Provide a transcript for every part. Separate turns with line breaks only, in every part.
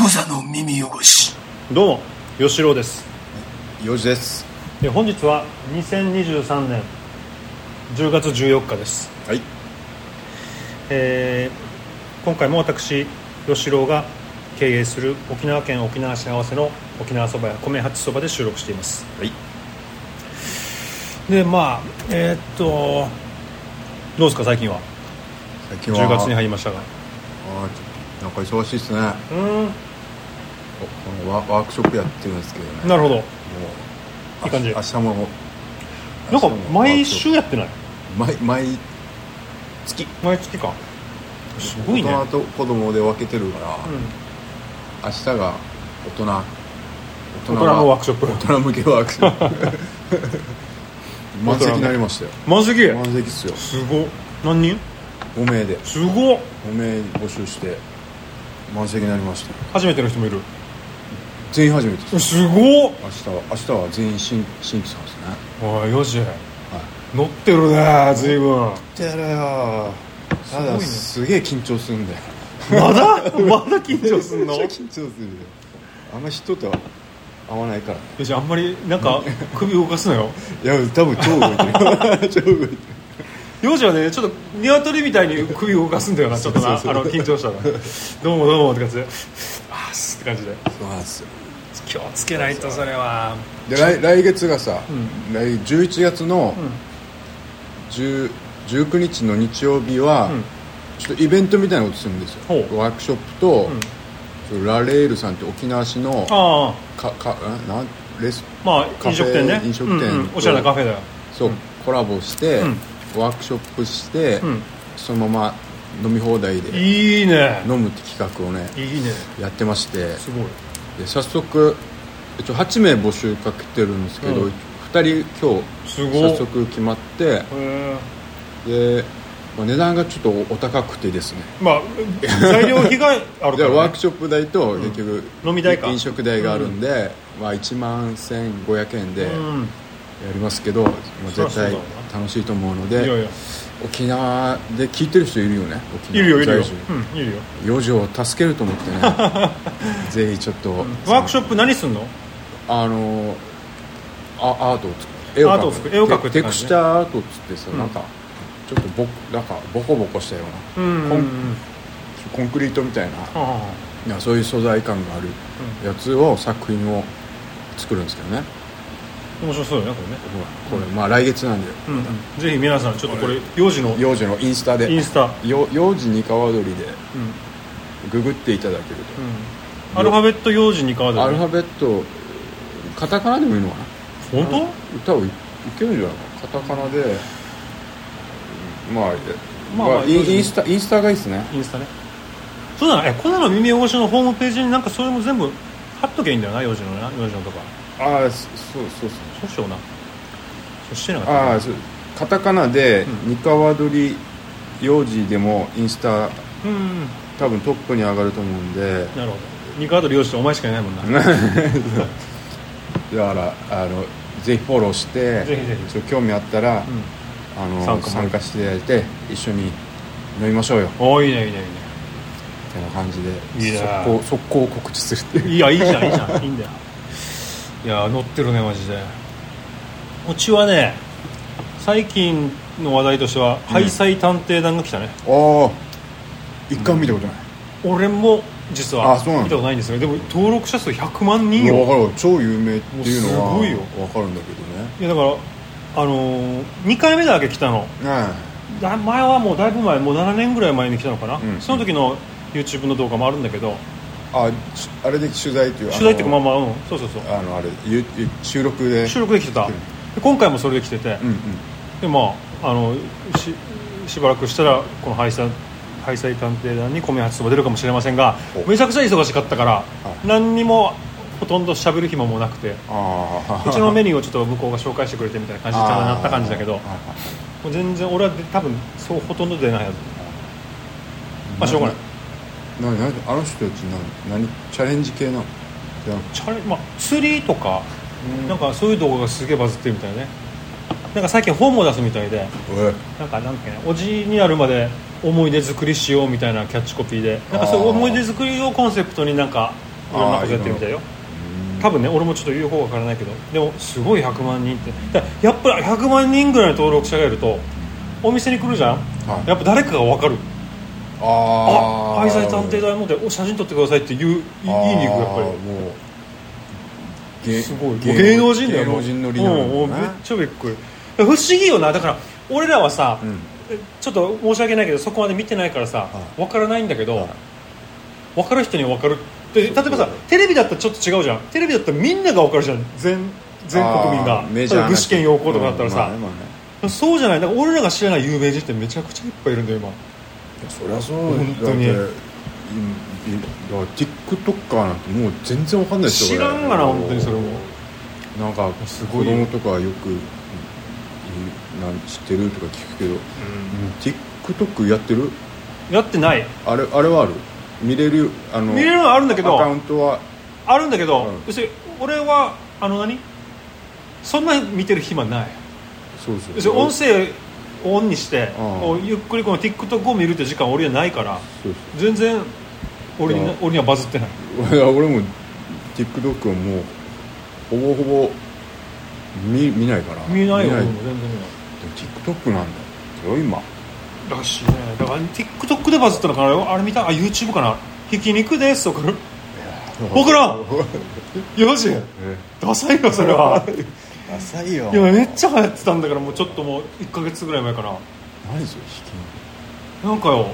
無座の耳汚し
どうも吉郎です
よしです
え本日は2023年10月14日です、
はい
えー今回も私吉郎が経営する沖縄県沖縄市合わせの沖縄そばや米八そばで収録しています
はい
でまあえーっとどうですか最近は
最近は
10月に入りましたが
あーなんか忙しいですね
うーん
このワワークショップやってるんですけどね
なるほど
もう
いい感じ
明日も
なんか
明日も
毎週やってない
ワークショップ毎毎月
毎月かすごいね
大人と子供で分けてるから、
う
明日が大人大
ん、大人のワーク
シ
ショップ
大人向けワーク ショ ップ満席になりましたよ
満席
満席っすよ
すごっ何人
5名です
ごっ
5名募集して満席になりましたよ
初めての人もいる
全員初めてです
すごっ
明日は明日は全員新新規さんですね
おいよし乗ってるね随分
やってやるよただ
すごいね
すげえ緊張するんだよ
まだまだ緊張すんの
めっちゃ緊張するよあんま人と会わないから
よしあんまりなんか首動かすなよ
いや多分超動 いてる超動いてる
よしはねちょっと鶏みたいに首動かすんだよなちょっとなあ
そうそう
の緊張したらどうもどうもって感じであーすって感じで
そうなんですよ
気をつけないとそれは
で来来月がさ、
う
来11月の
ん
10 19日の日曜日は、
ん
ちょっとイベントみたいなことするんですよ
ほう
ワークショップと、そのラレールさんって沖縄市の
ああ
かかんなんレス
ま
カ
あ
フェ
飲食店ね
飲食店
うんうんおしゃれなカフェだよ
そう、コラボして、
うん
ワークショップして、
ん
そのまま飲み放題で
いいね
飲むって企画をね
いいね
やってまして
すごい
で早速一応8名募集かけてるんですけど、
うん
2人今
す
日
ごい
早速決まって
へー
で、まあ、値段がちょっとお高くてですね
まあ材料費があるから、
で
ね、
ワークショップ代と結局、
飲み代か
飲食代があるんで、まあ、1万1500円でや
うん
りますけど、まあ
そりゃ
絶
そうだ
対
わ
楽しいと思うの
い
で
やいや
沖縄で聞いてる人いるよね沖
い
縄
るよいるよ
在住、
うん、いるよ
余剰を助けると思って ねぜひちょっと、
ワークショ
プ
ップ何すんの
あのあアートを作る絵
アートを作る絵を描くって
テ
感
ク
じね
スチャーアートっつってさ、
うん
なんかちょっとボなんかボコボコしたよう
う
な、
んうん
コ
うん
ンコンクリートみたいな,、
あ
いやそういう素材感があるやつを作品を作るんですけどね
あ面白そうだねこ
ほ
れね
らこれ、まあ来月なんで
うんうん、ぜひ皆さんちょっとこれ幼児の
幼児のインスタで
インスタ、
よ幼児にかわどりで
うんう
グ
ん、
グっていただける
アルファベット幼児に変わる
と、アルフ
ね
ァベットカタカナでもいいのかな
本当
歌をいいけるんじゃないかなカタカナで、まあ、
ま
ま
あ
あ
まあ
インインスタインスタがいいですね
インスタねそうだねえこんなの耳汚しのホームページになんかそれも全部貼っとけばいいんだよな幼児のな幼児のとか
ああそうそうそう
そうしようなそうしてなかった
ああそうカタカナで「
う
三河鳥幼児」でもインスタ
うんうん
多分トップに上がると思うんで
なるほど二カード利用してお前しかいないもんな
だからあのぜひフォローして
ぜひぜひ
ちょっと興味あったら、
う
あの
参
参
加
加していただいて一緒に飲みましょうよ
んおーいいねいいねいいね
みたいな感じで
いいね
速攻速攻告知するっていう
いやいいじゃんいいじゃんいいんだよいや乗ってるねマジでうちはね最近の話題としては「廃妻探偵団」が来たね、
ああ一回も見たことない、
俺も実は
あそうなんだ
見たことないんですよでも登録者数100万人
いや分
よ
かる超有名っていうのは
もうすごいよ
分かるんだけ
いやだからあのー、2回目だけ来たの
どねね
だ前はもうだいぶ前もう7年ぐらい前に来たのかな、
うん
その時の YouTube の動画もあるんだけど
えあしあれで取材っていう
取材っていうかまあ
ま
まあうんそうそうそう
あのあれゆゆ収録で
収録できてた
うん
で今回もそれで来てて、
うんうん
でまああのししばらくしたらこの廃災廃災探偵団に米八つも出るかもしれませんが
お
めちゃくちゃ忙しかったから
い
何にもほとんど喋る暇もなくて
ああ
うちのメニューをちょっと向こうが紹介してくれてみたいな感じになった感じだけど
あ
もう全然俺はで多分そうほとんど出ないはずまあしょうがない
ーななあの人たち何何チャレンジ系なのじゃあ
チャレンまあ、釣りとか
うん
なんかそういう動画がすげえバズってるみたいねなんか最近本も出すみたいで
おい
なんかなんか、ね、おじになるまで思い出作りしようみたいなキャッチコピーでなんかそうい
あ
う
ー
思い出作りをコンセプトになんかいろんなことやってるみたいよ多分ね俺もちょっとよくわからないけどでもすごい100万人ってだからやっぱり100万人ぐらいの登録者がいるとお店に来るじゃん、
はい
やっぱ誰かが分かる「あ
ああ
愛妻探偵隊のでお写真撮ってください」って言うい言いに行くやっぱり
もう
すごいもう芸能人だよ
芸能人のリナ
もうもう
ね
めっちゃびっくり不思議よなだから俺らはさ、
うん
ちょっと申し訳ないけどそこまで見てないからさ
はい
分からないんだけど、
はい
分かる人には分かるで例えばさテレビだったらちょっと違うじゃんテレビだったらみんなが分かるじゃん全全国民が
あー
例
メ
え
ジャー
ば
な
具志堅用高とかだったらさ、
うんまあねまあね
そうじゃないだから俺らが知らない有名人ってめちゃくちゃいっぱいいるんだよ今
いやそりゃそう
本当に
だっていいだから TikToker なんてもう全然わかんないです
知
よ
らんがな本当にそれも
なんか
すご
子
い
供
よ
とかよくいなん知ってるとか聞くけど、TikTok やってる
やってない
あれあれはある見れるあの
見れるのはあるんだけど
アカウントは
あるんだけど、
うん
別に俺はあの何そんな見てる暇ない
そうですよ
別に音声をオンにして、
うん
こうゆっくりこの TikTok を見るって時間俺にはないから
そう
全然俺にな
うん
俺にはバズってない
です俺も TikTok をもうほぼほぼ見見ないから
見えないよ
で
俺も
も
全然見ない
TikTok なんだよ今
らしいねだから TikTok でバズったのかなあれ見たあ YouTube かな「ひき肉です」とか わからんマジ
え
ダサいよそれは
浅いよ
いやめっちゃ流行ってたんだからもうちょっともう1か月ぐらい前かな
何それひき
なんかよ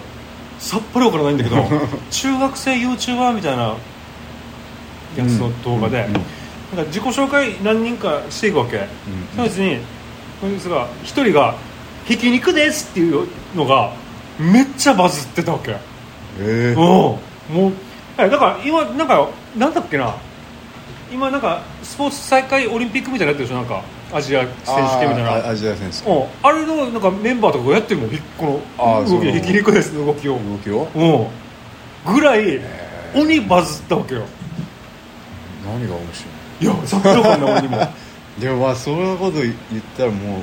さっぱりわからないんだけど 中学生 YouTuber みたいなやつの動画で、
うんうん
なんか自己紹介何人かしていくわけ、そのうちにこいつが1人が「ひき肉です」っていうのがめっちゃバズってたわけ
え
うんもうえだから今なんかなんだっけな今なんかスポーツ再開オリンピックみたいなやってるでしょなんかアジア選手権みたい
あーあ
な
アジア選手権
うんあれのなんかメンバーとかがやってるもんひこ
あ
の
ーそ
動
の
きでひき肉ですの動きを
動きを
うんぐらい鬼バズったわけよ
何が面白
いやさっきのかんな俺にも
いでもまあそんなこと言ったらもう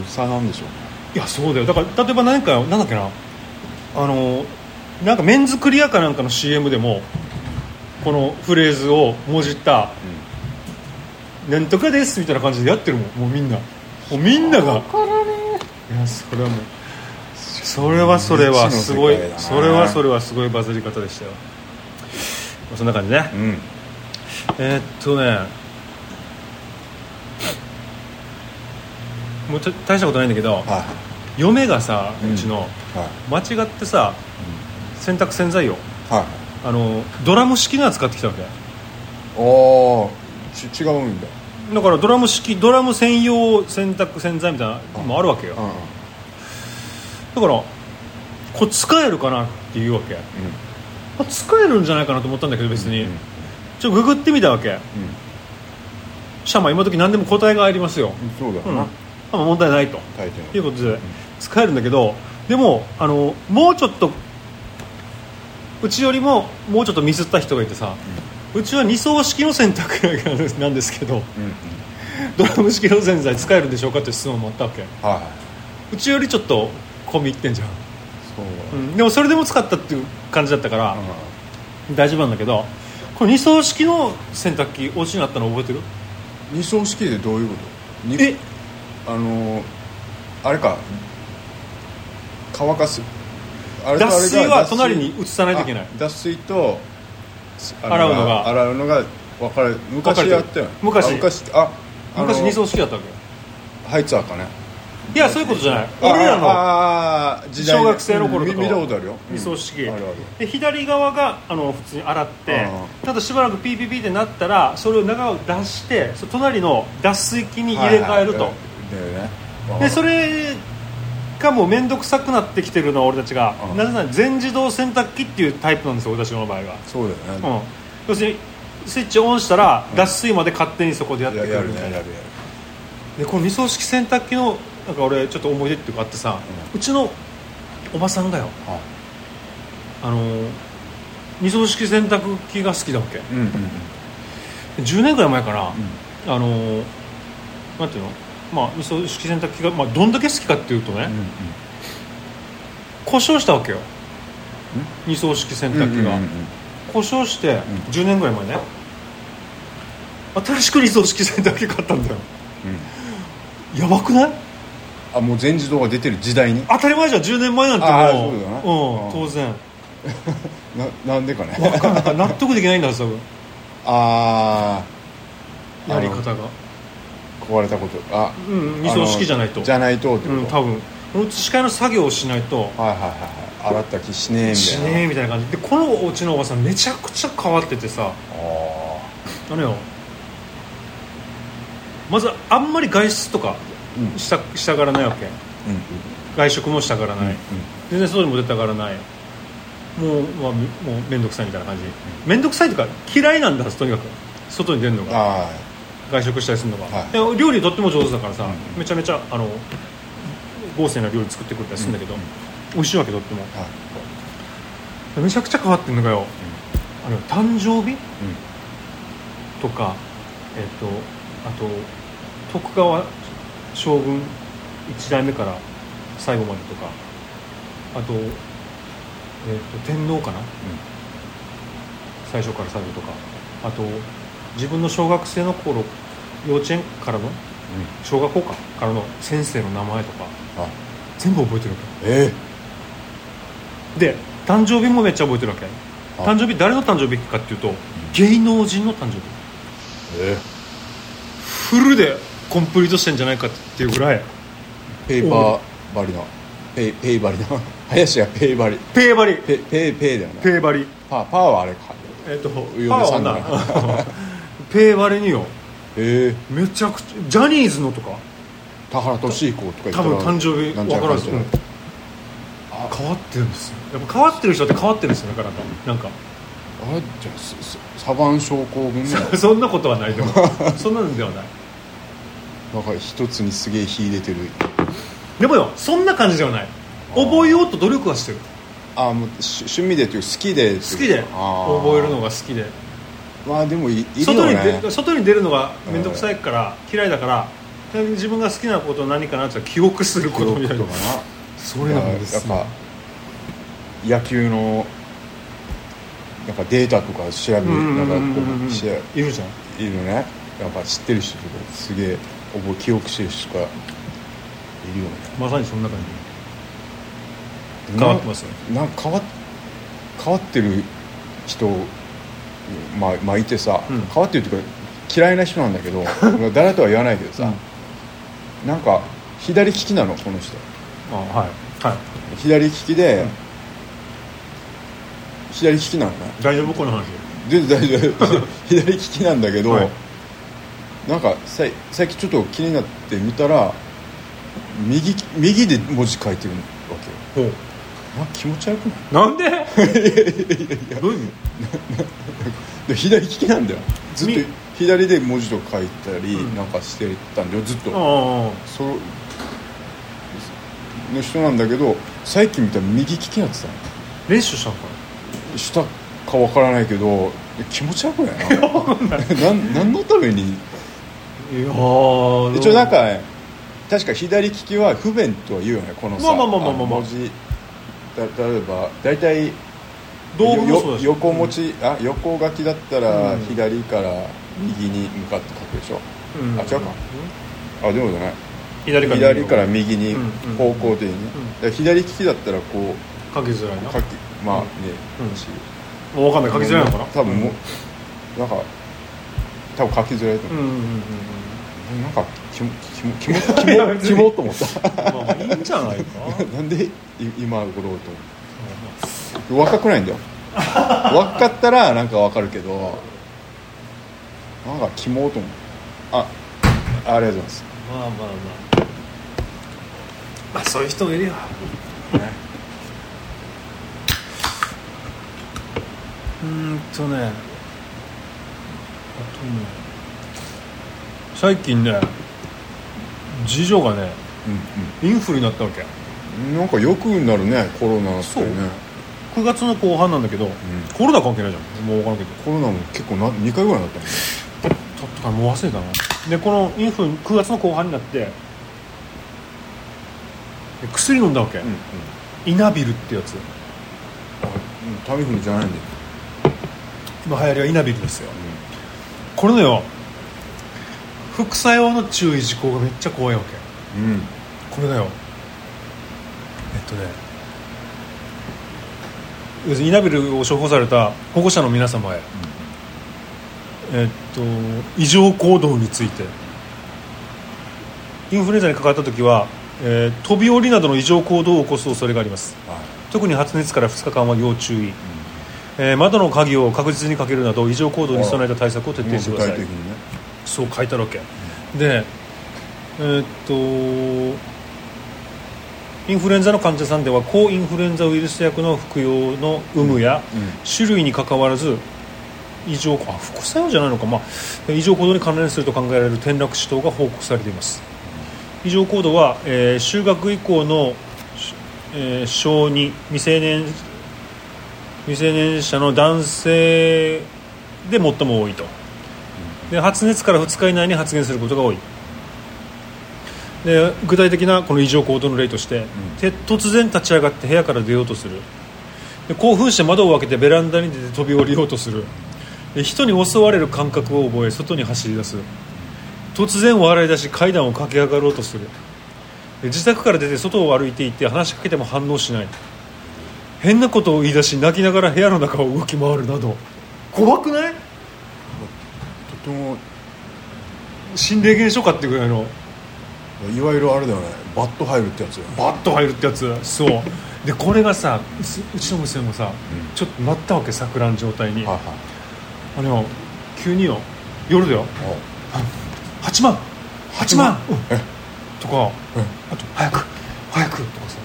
おじさんなんでしょうね
いやそうだよだから例えば何かなんだっけなあのなんかメンズクリアかなんかの CM でもこのフレーズをもじった「なんとかです」みたいな感じでやってるもんもうみんなもうみんながいやそれはもうそれはそれは
未知
す
の
ご
世
い
界だな
それはそれはすごいバズり方でしたよまあそんな感じね
うん
えーっとねもうちょ大したことないんだけど
は
嫁がさ
うん
うちの、
いはい
間違ってさ洗濯洗剤を
はい
あのドラム式のやつ買ってきたわけ
おーち違うんだ
だからドラム式ドラム専用洗濯洗剤みたいなのもあるわけよ
うんうん
だからこれ使えるかなっていうわけ、まあ使えるんじゃないかなと思ったんだけど別に、
うん
ちょっとググってみたわけシャマ今時何でも答えがありますよ、
うんそうだよ
うん
な
まあ問題ないと
大
と
抵
いう
の
ことで使えるんだけどでもあのもうちょっとうちよりももうちょっとミスった人がいてさ、うちは二層式の洗濯なんですけど
う んうん
ドラム式の洗剤使えるんでしょうかっていう質問もあったわけ
はいう
ちよりちょっと込み入ってんじゃん、
そう
う
だ
ん、でもそれでも使ったっていう感じだったから
うん、
大丈夫なんだけどこれ二層式の洗濯機お家にあったの覚えてる
二層式でどういうことに
え
あのーあれか乾かすあれとあれが
脱水は隣に移さないといけない
あ脱水とあ
洗うのが
洗うのが分かれ
分か
昔
れてる
やったよね
昔
あ昔ああの
昔二層式だったわけ
ハイツアーかね
いやそういうことじゃない
あ
俺らの
ああ時代
小学生の頃と
見
か
見たことあるよ
二層式、
うんあるある
で左側があの普通に洗って
あ
ただしばらくピーピーピーってなったらそれを中を出してそ隣の脱水機に入れ替える
はい
と、
はいだよね
でそれがもう面倒くさくなってきてるのは俺たちが、
うん
なぜなら全自動洗濯機っていうタイプなんですよ俺たちの場合は、
そうだよ
う
ね
ん、要するにスイッチオンしたら脱水まで勝手にそこでやって
や
く
る
れ
や
る
る
み
ね
たい
や
な
るやる
でこの二層式洗濯機のなんか俺ちょっと思い出っていうかあってさ、うちのおばさんがよ
は
あのー二層式洗濯機が好きだわけ
いうんうんうん
10年ぐらい前かな、あのーなんていうのまあ二層式洗濯機が、まあ、どんだけ好きかっていうとね、
うんうん
故障したわけよ二層式洗濯機が、
うんうんうんうん
故障して10年ぐらい前ね、新しくリゾー式材だけ買ったんだよやばくない
あもう全自動が出てる時代に
当たり前じゃん10年前なん
ああ
ても
そうだな
う、
うんん
当然
ななんでかね
わかんない納得できないんだ多分
ああ
やり方が
壊れたことあ
うん二層式じゃないと
あのじゃないとってこ
う
と、
ん多分この司会の作業をしないと
はいはいはいはい洗った気しねえみ
した
いな
ねえみたいな感じでこのお家のおばさんめちゃくちゃ変わっててさ
あ
あのよまずあんまり外出とか
ーうんうん
したしたがらないわけ外食もしたがら
うん
な
う
い
ん
全然外にも出たがらないもう、まあ、みもう面倒くさいみたいな感じ面倒くさいというか嫌いなんだとにかく外に出るのが
あ
外食したりするのが、
はい
で料理とっても上手だからさ、
うん
めちゃめちゃあの豪勢な料理作ってくれたりするんだけど、
うん
美味しいわけとっても
あはい
めちゃくちゃ変わってんのかよ、あの誕生日
うん
とか、えっとあと徳川将軍1代目から最後までとかあと,、えっと天皇かな最初から最後とかあと自分の小学生の頃幼稚園から
うん
の
うん
小学校かからの先生の名前とか
あ
全部覚えてるわ
え
けで誕生日もめっちゃ覚えてるわけ
あ
誕生日誰の誕生日かっていうと芸能人の誕生日
え
フルでコンプリートしてんじゃないかっていうぐらい
ペーパーバリのペイペイバリの 林がペイバリ
ペーバリ
ペペイペイだよね
ペーバリ
パーパーはあれか
えっと
嫁
パ
さん
な
だ
ペーバリによ
ええ
めちゃくちゃジャニーズのとか
田原俊彦とか言った
多
ら
分誕生日
な
分
んちゃ
から
かん
らんで
ち
すよ
ゃら
あ変わってるんですよやっぱ変わってる人って変わってるんですよなかなかなんか
あれじゃあすすサバン症候群の
そそんなことはないでもそんなのではない
なんか一つにすげえ秀でてる
でもよそんな感じではない
あー
覚えようと努力はしてる
あーもう趣趣味でというか好きで
好きで覚えるの
が
が好きで
まあでもいいるよ
外に
ね
出外に出るのが面倒くさいから嫌いだから自分が好きなこと何かなって言ったら記憶する
記
ことみ
憶
たいな
とかな
それなんです
やっぱ野球のなんかデータとか調べ
うんうんう
なんん
う
か
んうん
こうし
いるじゃん
いるよねやっぱ知ってる人とかすげえ覚え記憶してる人とかいるよね
まさにそんな感じ変わってますよ
なんか変わっ変わってる人まあ、まあ、いてさ、
うん
変わってるっていうか嫌いな人なんだけ ど誰とは言わないけどさ、なんか左利きなのこの人
あはいはい
左利きで、左利きなのね
大丈夫この話
で大丈夫 左利きなんだけど、
はい
なんかさい最近ちょっと気になって見たら右右で文字書いてるわけよ
ほう
なんか気持ち悪く ない
なんでどういう意味
で左利きなんだよずっと
み
左で文字とか書いたり
うん
なんかしてたんだよずっと、
あ
そのの人なんだけど最近見たら右利きやってた
あ練習したんか
のしたかわからないけど気持ち悪く ないな なん何のために
ないやー
一応なんかね確か左利きは不便とは言うよねこのさ
まあまあまあまあまあま
の
あ
文字だ例えば大体
道具もそう
よ
だし
横持ち、あ横書きだったら
うん
左から右に向かって書くでしょ、
うん
あ違うかあでもじゃない
左から
左から右に
うんうん
方向的にね、
うん
だから左利きだったらこう
かけづらいな
書きまあね、
うん
し
もう分かんないかけづらいのかな
多分もうなんか多分書きづらいと
うん
思
うんうんうん
う、なんかキモキモキ モキ
いや
モ
別に
キモと思った
まあまあいいんじゃないか
なんでい今頃と思う若くないんだ よ若かったらなんかわかるけどなんかキモと思うあありがとうございます
まあまあまあまあそういう人もいるようーんとねあとね最近ね次女がね
う
インフルになったわけ
んうんなんかよくなるねコロナって
そう
ね
9月の後半なんだけど、コロナ関係ないじゃんもう分からんけど
コロナも結構な2回ぐらいになったね
ちょっとかもう忘れたなでこのインフル9月の後半になってで薬飲んだわけ、
うんうん
イナビルってやつ
あうんタミフルじゃないんだよ
今流行りはイナビルですよ、これのよ副作用の注意事項がめっちゃ怖いわけ
うん
これだよえっとね要するにイナビルを処方された保護者の皆様へ、えっと異常行動についてインフルエンザにかかった時は、えー飛び降りなどの異常行動を起こす恐れがあります
はい
特に発熱から2日間は要注意、えー窓の鍵を確実にかけるなど異常行動に備えた対策を徹
もう
底して
具
くださ
体
い
的にね
そう書いてあるわけ、でえーっとインフルエンザの患者さんでは抗インフルエンザウイルス薬の服用の有無や、
うん
種類にかかわらず異常あ副作用じゃないのか、まあ、異常行動に関連すると考えられる転落死等が報告されています異常行動は、えー就学以降の、しえー小児未成年未成年者の男性で最も多いとで発熱から2日以内に発現することが多いで具体的なこの異常行動の例として、て突然立ち上がって部屋から出ようとするで興奮して窓を開けてベランダに出て飛び降りようとするで人に襲われる感覚を覚え外に走り出す突然笑い出し階段を駆け上がろうとするで自宅から出て外を歩いていって話しかけても反応しない変なことを言い出し泣きながら部屋の中を動き回るなど怖くない
とても
心霊現象かってぐらいの
いわゆるあれだよねバット入るってやつだよね
バッと入るってやつそうでこれがさうちうちの娘もさ、ちょっとなったわけ錯乱状態に、
はい
あの急によ夜だよ
はい
8万8万とか
え
あと早く早くとかさ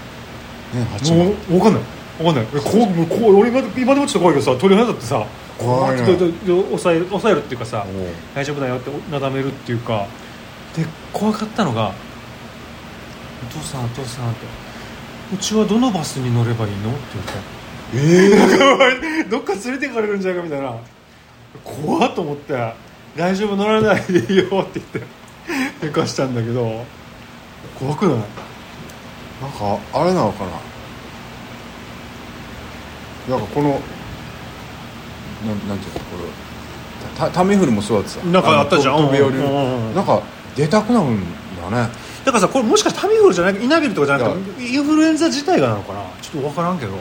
ね八
も
万
う分かんない分かんないえこうもうこう俺今で今でもちょっと怖いけどさ鳥肌立ってさ
怖いな
こうやって抑える抑えるっていうかさ
おう
大丈夫だよってなだめるっていうかで怖かったのが「お父さんお父さん」って「うちはどのバスに乗ればいいの?」って言って。
ええ
どっか連れてかれるんじゃないかみたいな怖っと思って大丈夫乗らないでいいよって言って寝かしたんだけど怖くない
なんかあれなのかななんかこのなんなんていうのこれたタミフルもそうだってさ
なんかあったじゃん
あの飛び降り
うんうんうんう
る
ん
なんか出たくなるんだね
だからさこれもしかしてタミフルじゃないイナビルとかじゃなくてインフルエンザ自体がなのかなちょっと分からんけど
い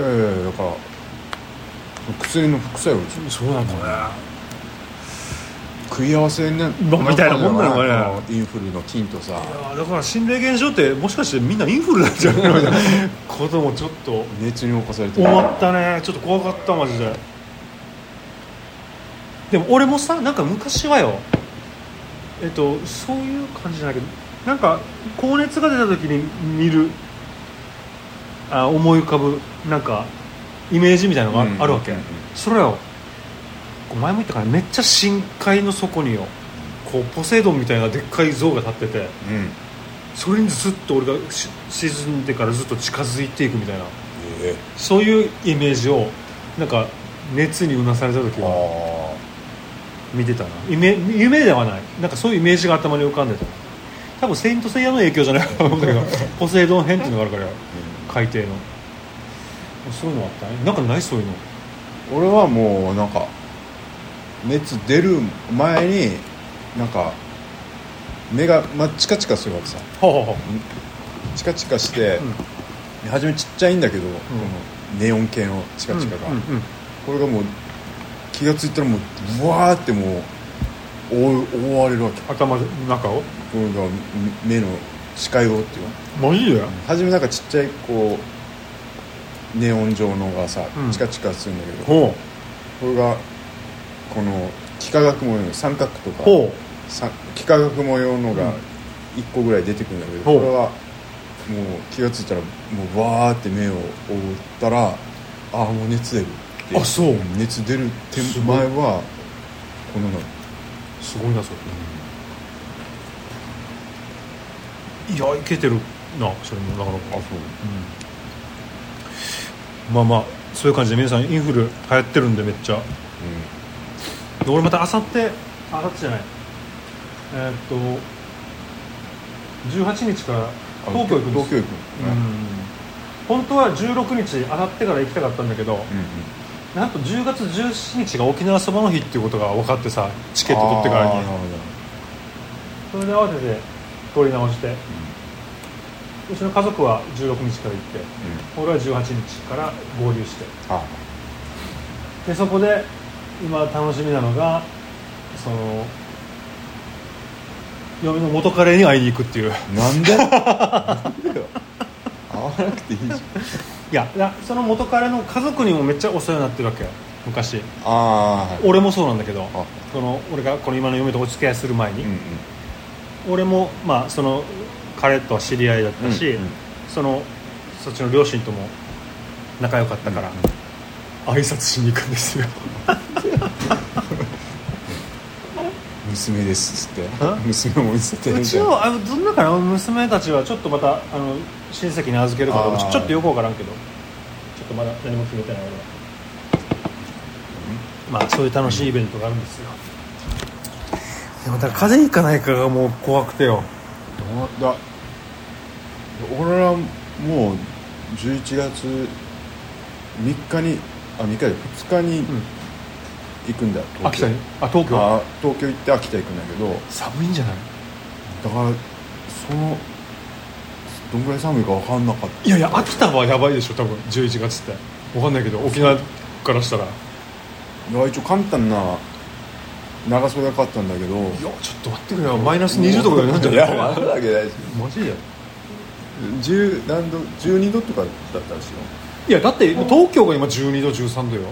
やいやいやだから薬の副作用ですよ
そうなんだね
食い合わせね
まみたいなもんなのかね
んかインフルの菌とさ
いやだから心霊現象ってもしかしてみんなインフルなんじゃないのみたいなこともちょっと
熱に侵されてる
思ったねちょっと怖かったマジででも俺もさなんか昔はよえっとそういう感じじゃないけどなんか高熱が出た時に見るあ思い浮かぶなんかイメージみたいなのがあ,、
うん
あるわけ、
うんうん
それを前も言ったからめっちゃ深海の底によこうポセイドンみたいなでっかい像が立ってて
うんえ
それにずっと俺がし沈んでからずっと近づいていくみたいな
え
そういうイメージをなんか熱にうなされた時
あ
は見てたなイメ夢ではないなんかそういうイメージが頭に浮かんでた多分セイント・セイヤの影響じゃないかと思うんだ けどポセイドン編っていうのがあるから海底のそういうのあったねなんかないそういうの
ー俺はもうなんか熱出る前になんか目が、まあ、チカチカするわけさ
ははは
チカチカして、初めちっちゃいんだけど、このネオン系のチカチカが、
うんうん
これがもう気がついたらもうブワーってもう覆う覆われるわけ
頭の中
こ
を
れが目目の視界をっていうの
マジで
初めなんかちっちゃいこうネオン状のがさ、
うん
チカチカするんだけど
ほ
これがこの幾何学模様の三角と
う
か
ほ
さ幾何学模様の
うん
が1個ぐらい出てくるんだけど、
ほう
これはもう気がついたらもうわーって目を覆ったらああもう熱出るって
あそう
熱出る手
すごい
前はこのなの
うすごいなそれいやいけてるなそれもなかなか
あそう
まあまあそういう感じで皆さんインフル流行ってるんでめっちゃで俺またあさってあさってじゃないえーっと18日から
あ
東京行くんで
東
す
京
う
行くのね
ん本当は16日あさってから行きたかったんだけど、
うんうん
なんと10月17日が沖縄そばの日っていうことが分かってさチケット取ってから
あーなる
に
ほど
それで慌てて取り直して、うちの家族は16日から行って俺は18日から合流して
うんあ
でそこで今楽しみなのがその嫁の元カレに会いに行くっていう
ーなんでなんでよ会わなくていいじゃん
いやいやその元カレの家族にもめっちゃお世話になってるわけよ昔
あーはい
俺もそうなんだけど
あ
この俺がこの今の嫁とお付き合いする前に、
うんうん
俺もまあその彼とは知り合いだったし、
うんうん
そのそっちの両親とも仲良かったから、挨拶しに行くんですよ
娘ですっつって
あ
娘も見せて
う
みた
ち
いな
のあどんなかな娘たちはちょっとまたあの親戚に預けるかどう
あ
か
ー
ちょっとよくわからんけどちょっとまだ何も決めてない俺はまあそういう楽しいイベントがあるんですよ、でもだから風邪ひかないかがもう怖くてよ
どうだ俺らもう11月3日にあ3日で2日に
ん
行くんだ、東京
秋田にあ東京
あ東京行って秋田行くんだけど
寒いんじゃない
だからそのどんぐらい寒いか分かんなかっ
いやいや秋田はやばいでしょ多分11月って分かんないけど沖縄からしたらいや
たいや一応簡単な長袖買ったんだけど
ちょっと待ってくれよマイナス20度ぐらいになっちゃう
い
よ
やまだだけ ないし
マジで
10何度12度とかだったんですよ
いやだって東京が今12度13度よ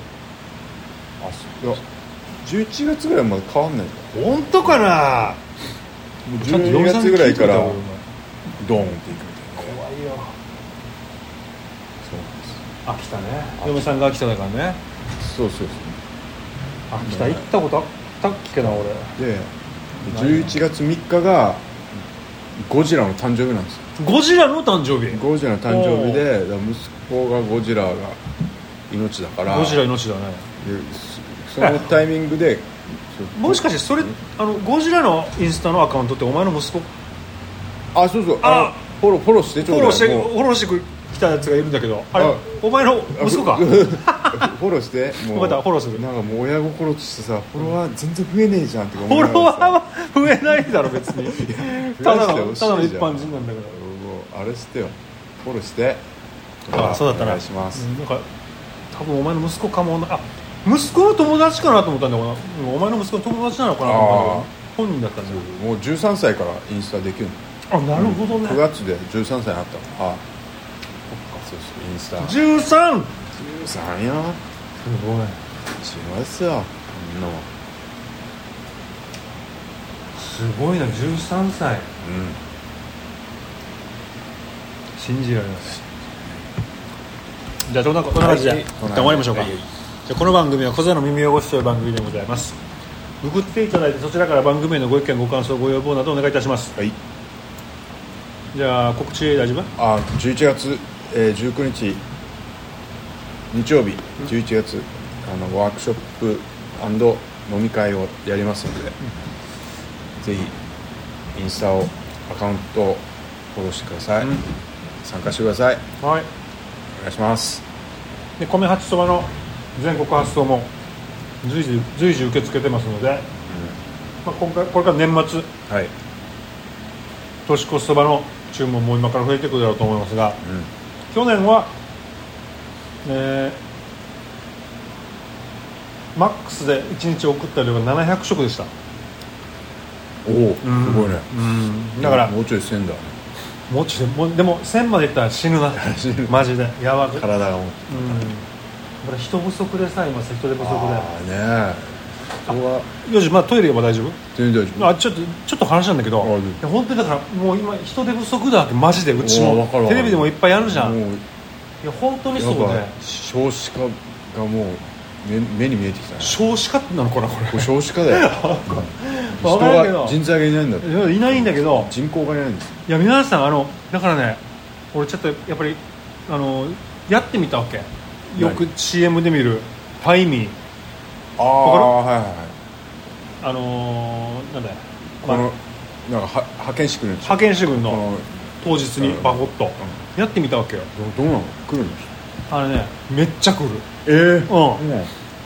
あそういや11月ぐらいまで変わんないんだ
本当かな
もう12月ぐらいからドーンっていくみたいな
怖いよ
そうなんです
秋田ね嫁さんが秋田だからね
そうそうそう
秋田行ったことあったっけな俺
で11月3日がゴジラの誕生日なんですよ
ゴジラの誕生日
ゴジラの誕生日でだから息子がゴジラが命だから
ゴジラ命だね
ですそのタイミングで
もしかしてそれあのゴジラのインスタのアカウントってお前の息子
あそうそう
あ
あのフォローフォローしてち
フ
ょう
ォ
だい
ローしてフ
もう
ォローしてきたやつがいるんだけどあれ
あ
お前の息子か
フォローして
よかったフォローする
なんかもう親心としてさフォロワー全然増えねえじゃんって
フ
思
ォ
いなが
ロ
ら
ワ
さ
ーは増えないだろ別にただ
増
の
やして
ただの
ほしい
一
じゃん
般人なんだか
もうあれしてよフォローして
らあそうだった
お
な
願いします、
うんなんか多分お前の息子かもなあ息子の友達かなと思ったんだよなお前の息子の友達なのかなと思ったんだけど本人だったんだよ
もう13歳からインスタできるの
あなるほど
9
ね
月で13歳になったのあそうそうインスタ
13すごい
13よ違うっすよこんなもん
すごいな13歳
うん
信じられないじゃあどんなこんな感じで、
はい
一旦終わりましょうか、
はい
じゃあこの番組は「小座の耳汚し」という番組でございます送っていただいてそちらから番組へのご意見ご感想ご要望などお願いいたします
はい
じゃあ告知大丈夫
あ11月、えー19日日曜日11月あのワークショップ飲み会をやりますので、ぜひインスタをアカウントをフォローしてください、
うん
参加してください
はい
お願いします
で米八そばの全国発送も随時随時受け付けてますので、まあ、今回これから年末
はい、うん、
年越しそばの注文も今から増えてくるだろうと思いますが去年は、えーマックスで1日送った量が700食でした
おおす
ん
ごいね、
だから
もうちょいせんだ
もうちょいもうでも1000までいったら死ぬな
死ぬ
マジでやばくうん
体がもう
これ人不足でさ今人手不足
ああねえここは
でよしまあトイレは大丈夫
全然大丈夫
あちょっとちょっと話なんだけど
あいい
いや本当にだからもう今人手不足だってマジでうち
おーわ
も
かるわかる
テレビでもいっぱいやるじゃんい
もう
や本当にそ
や
う
っぱ
で
少子化がもう目目に見えてきたね
少子化なのかなこ
これ少子化 だよ人
わかるけ
が
ど
人材がいないんだって
れいないんだけど
人口がいないんです
いや皆さんあのだからね俺ちょっとやっぱりあのやってみたわけよく CM で見るタイミー
ああはいはいはい
あのーなんだよ、
こ
まあ
のなんかは派遣してくれるんですよ
派遣士軍
こ
の
の
当日にバコッとやってみたわけよ
どどうなの来るの
あれねめっちゃ来る
ええ
うん
うん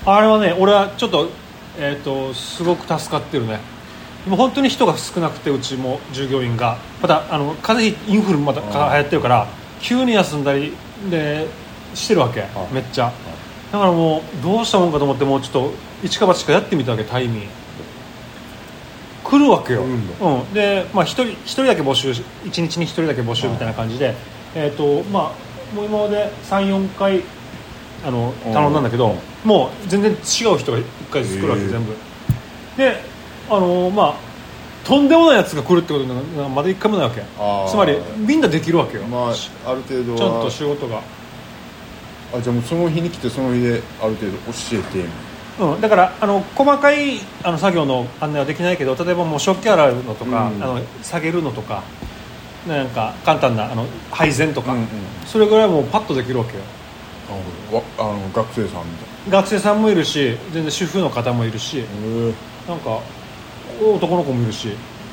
あれはね俺はちょっと,、えー、とすごく助かってるね今本当に人が少なくてうちも従業員がまたあの風邪インフルまた
あ
流
ー
行ってるから急に休んだりでしてるわけ
い
めっちゃだからもうどうしたもんかと思ってもうちょっと一か八かやってみたわけタイミン来るわけよ、
来
う
るんだ
ん、で、まあ、一人一人だけ募集し一日に一人だけ募集みたいな感じで、えっ、とまあもう今まで34回あの頼んだんだけどもう全然違う人が1回ずつ来るわけ
へえ
全部であのまあとんでもないやつが来るってことがまだ1回もないわけ
あー
つまりみんなできるわけよ、
まあ
し
ある程度は
ちゃんと仕事が、
あじゃあもうその日に来てその日である程度教えて
うん、だからあの細かいあの作業の案内はできないけど例えばもう食器洗うのとか、
うん
あの下げるのとかなんか簡単なあの配膳とか、
うんうん
それぐらいはもうパッとできるわけよ
あわあの学生さんみたい
学生さんもいるし全然主婦の方もいるし、
なへえ
なんか男の子もいるし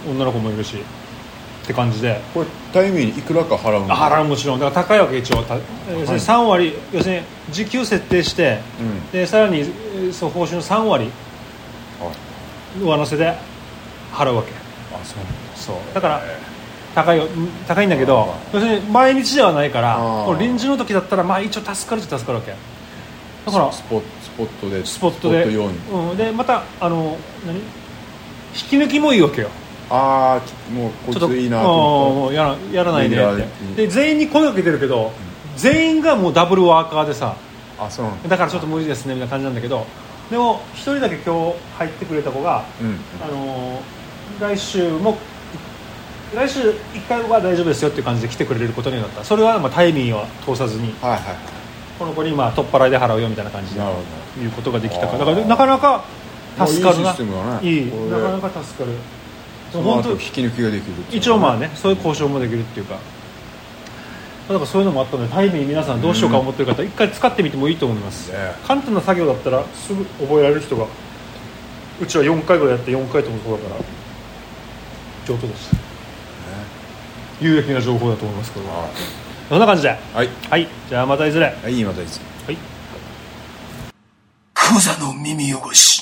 女の子もいるしって感じで
これタイミーにいくらか払うんだ
払うもちろんだから高いわけ一応た要するに3割要するに時給設定して
うん
でさらにえーそう報酬の3割
はい
上乗せで払うわけ
あそうなんだ
そうだから高いよん高いんだけど
あ
要するに毎日ではないから
あー
こう臨時の時だったらまあ一応助かるっちゃ助かるわけだから
スポスポットで
スポットで
用に
うん、でまたあの何引き抜きもいいわけよ
ああもうこいついいな
ちょっとうん
と思っ
もうやらやらないで
いいな
ってで全員に声かけてるけど、全員がもうダブルワーカーでさ
たあそうなんだ
だからちょっと無理ですねみたいな感じなんだけどでも一人だけ今日入ってくれた子が、
うん
あのー来週も来週1回は大丈夫ですよっていう感じで来てくれることになったそれはまあタイミングは通さずに
はいはい
この子に今取っ払いで払うよみたいな感じで
なるほ
言うことができたからだ
あー
からなかなか助かる
いい
な
システムだね
いい
これ
なかなか助かる
どその
本
後
当
引き抜きができるっていう
一応まあねそういう交渉もできるっていうかだからそういうのもあったのでタイミー皆さんどうしようか思ってる方一回使ってみてもいいと思います
ね
簡単な作業だったらすぐ覚えられる人がうちは4回ぐらいやって4回ともそうだから上等です有益な情報だと思いますけど
は
そんな感じで
い
はいじゃあまたいずれ
はいいいまたいいです
はい
クザの耳汚し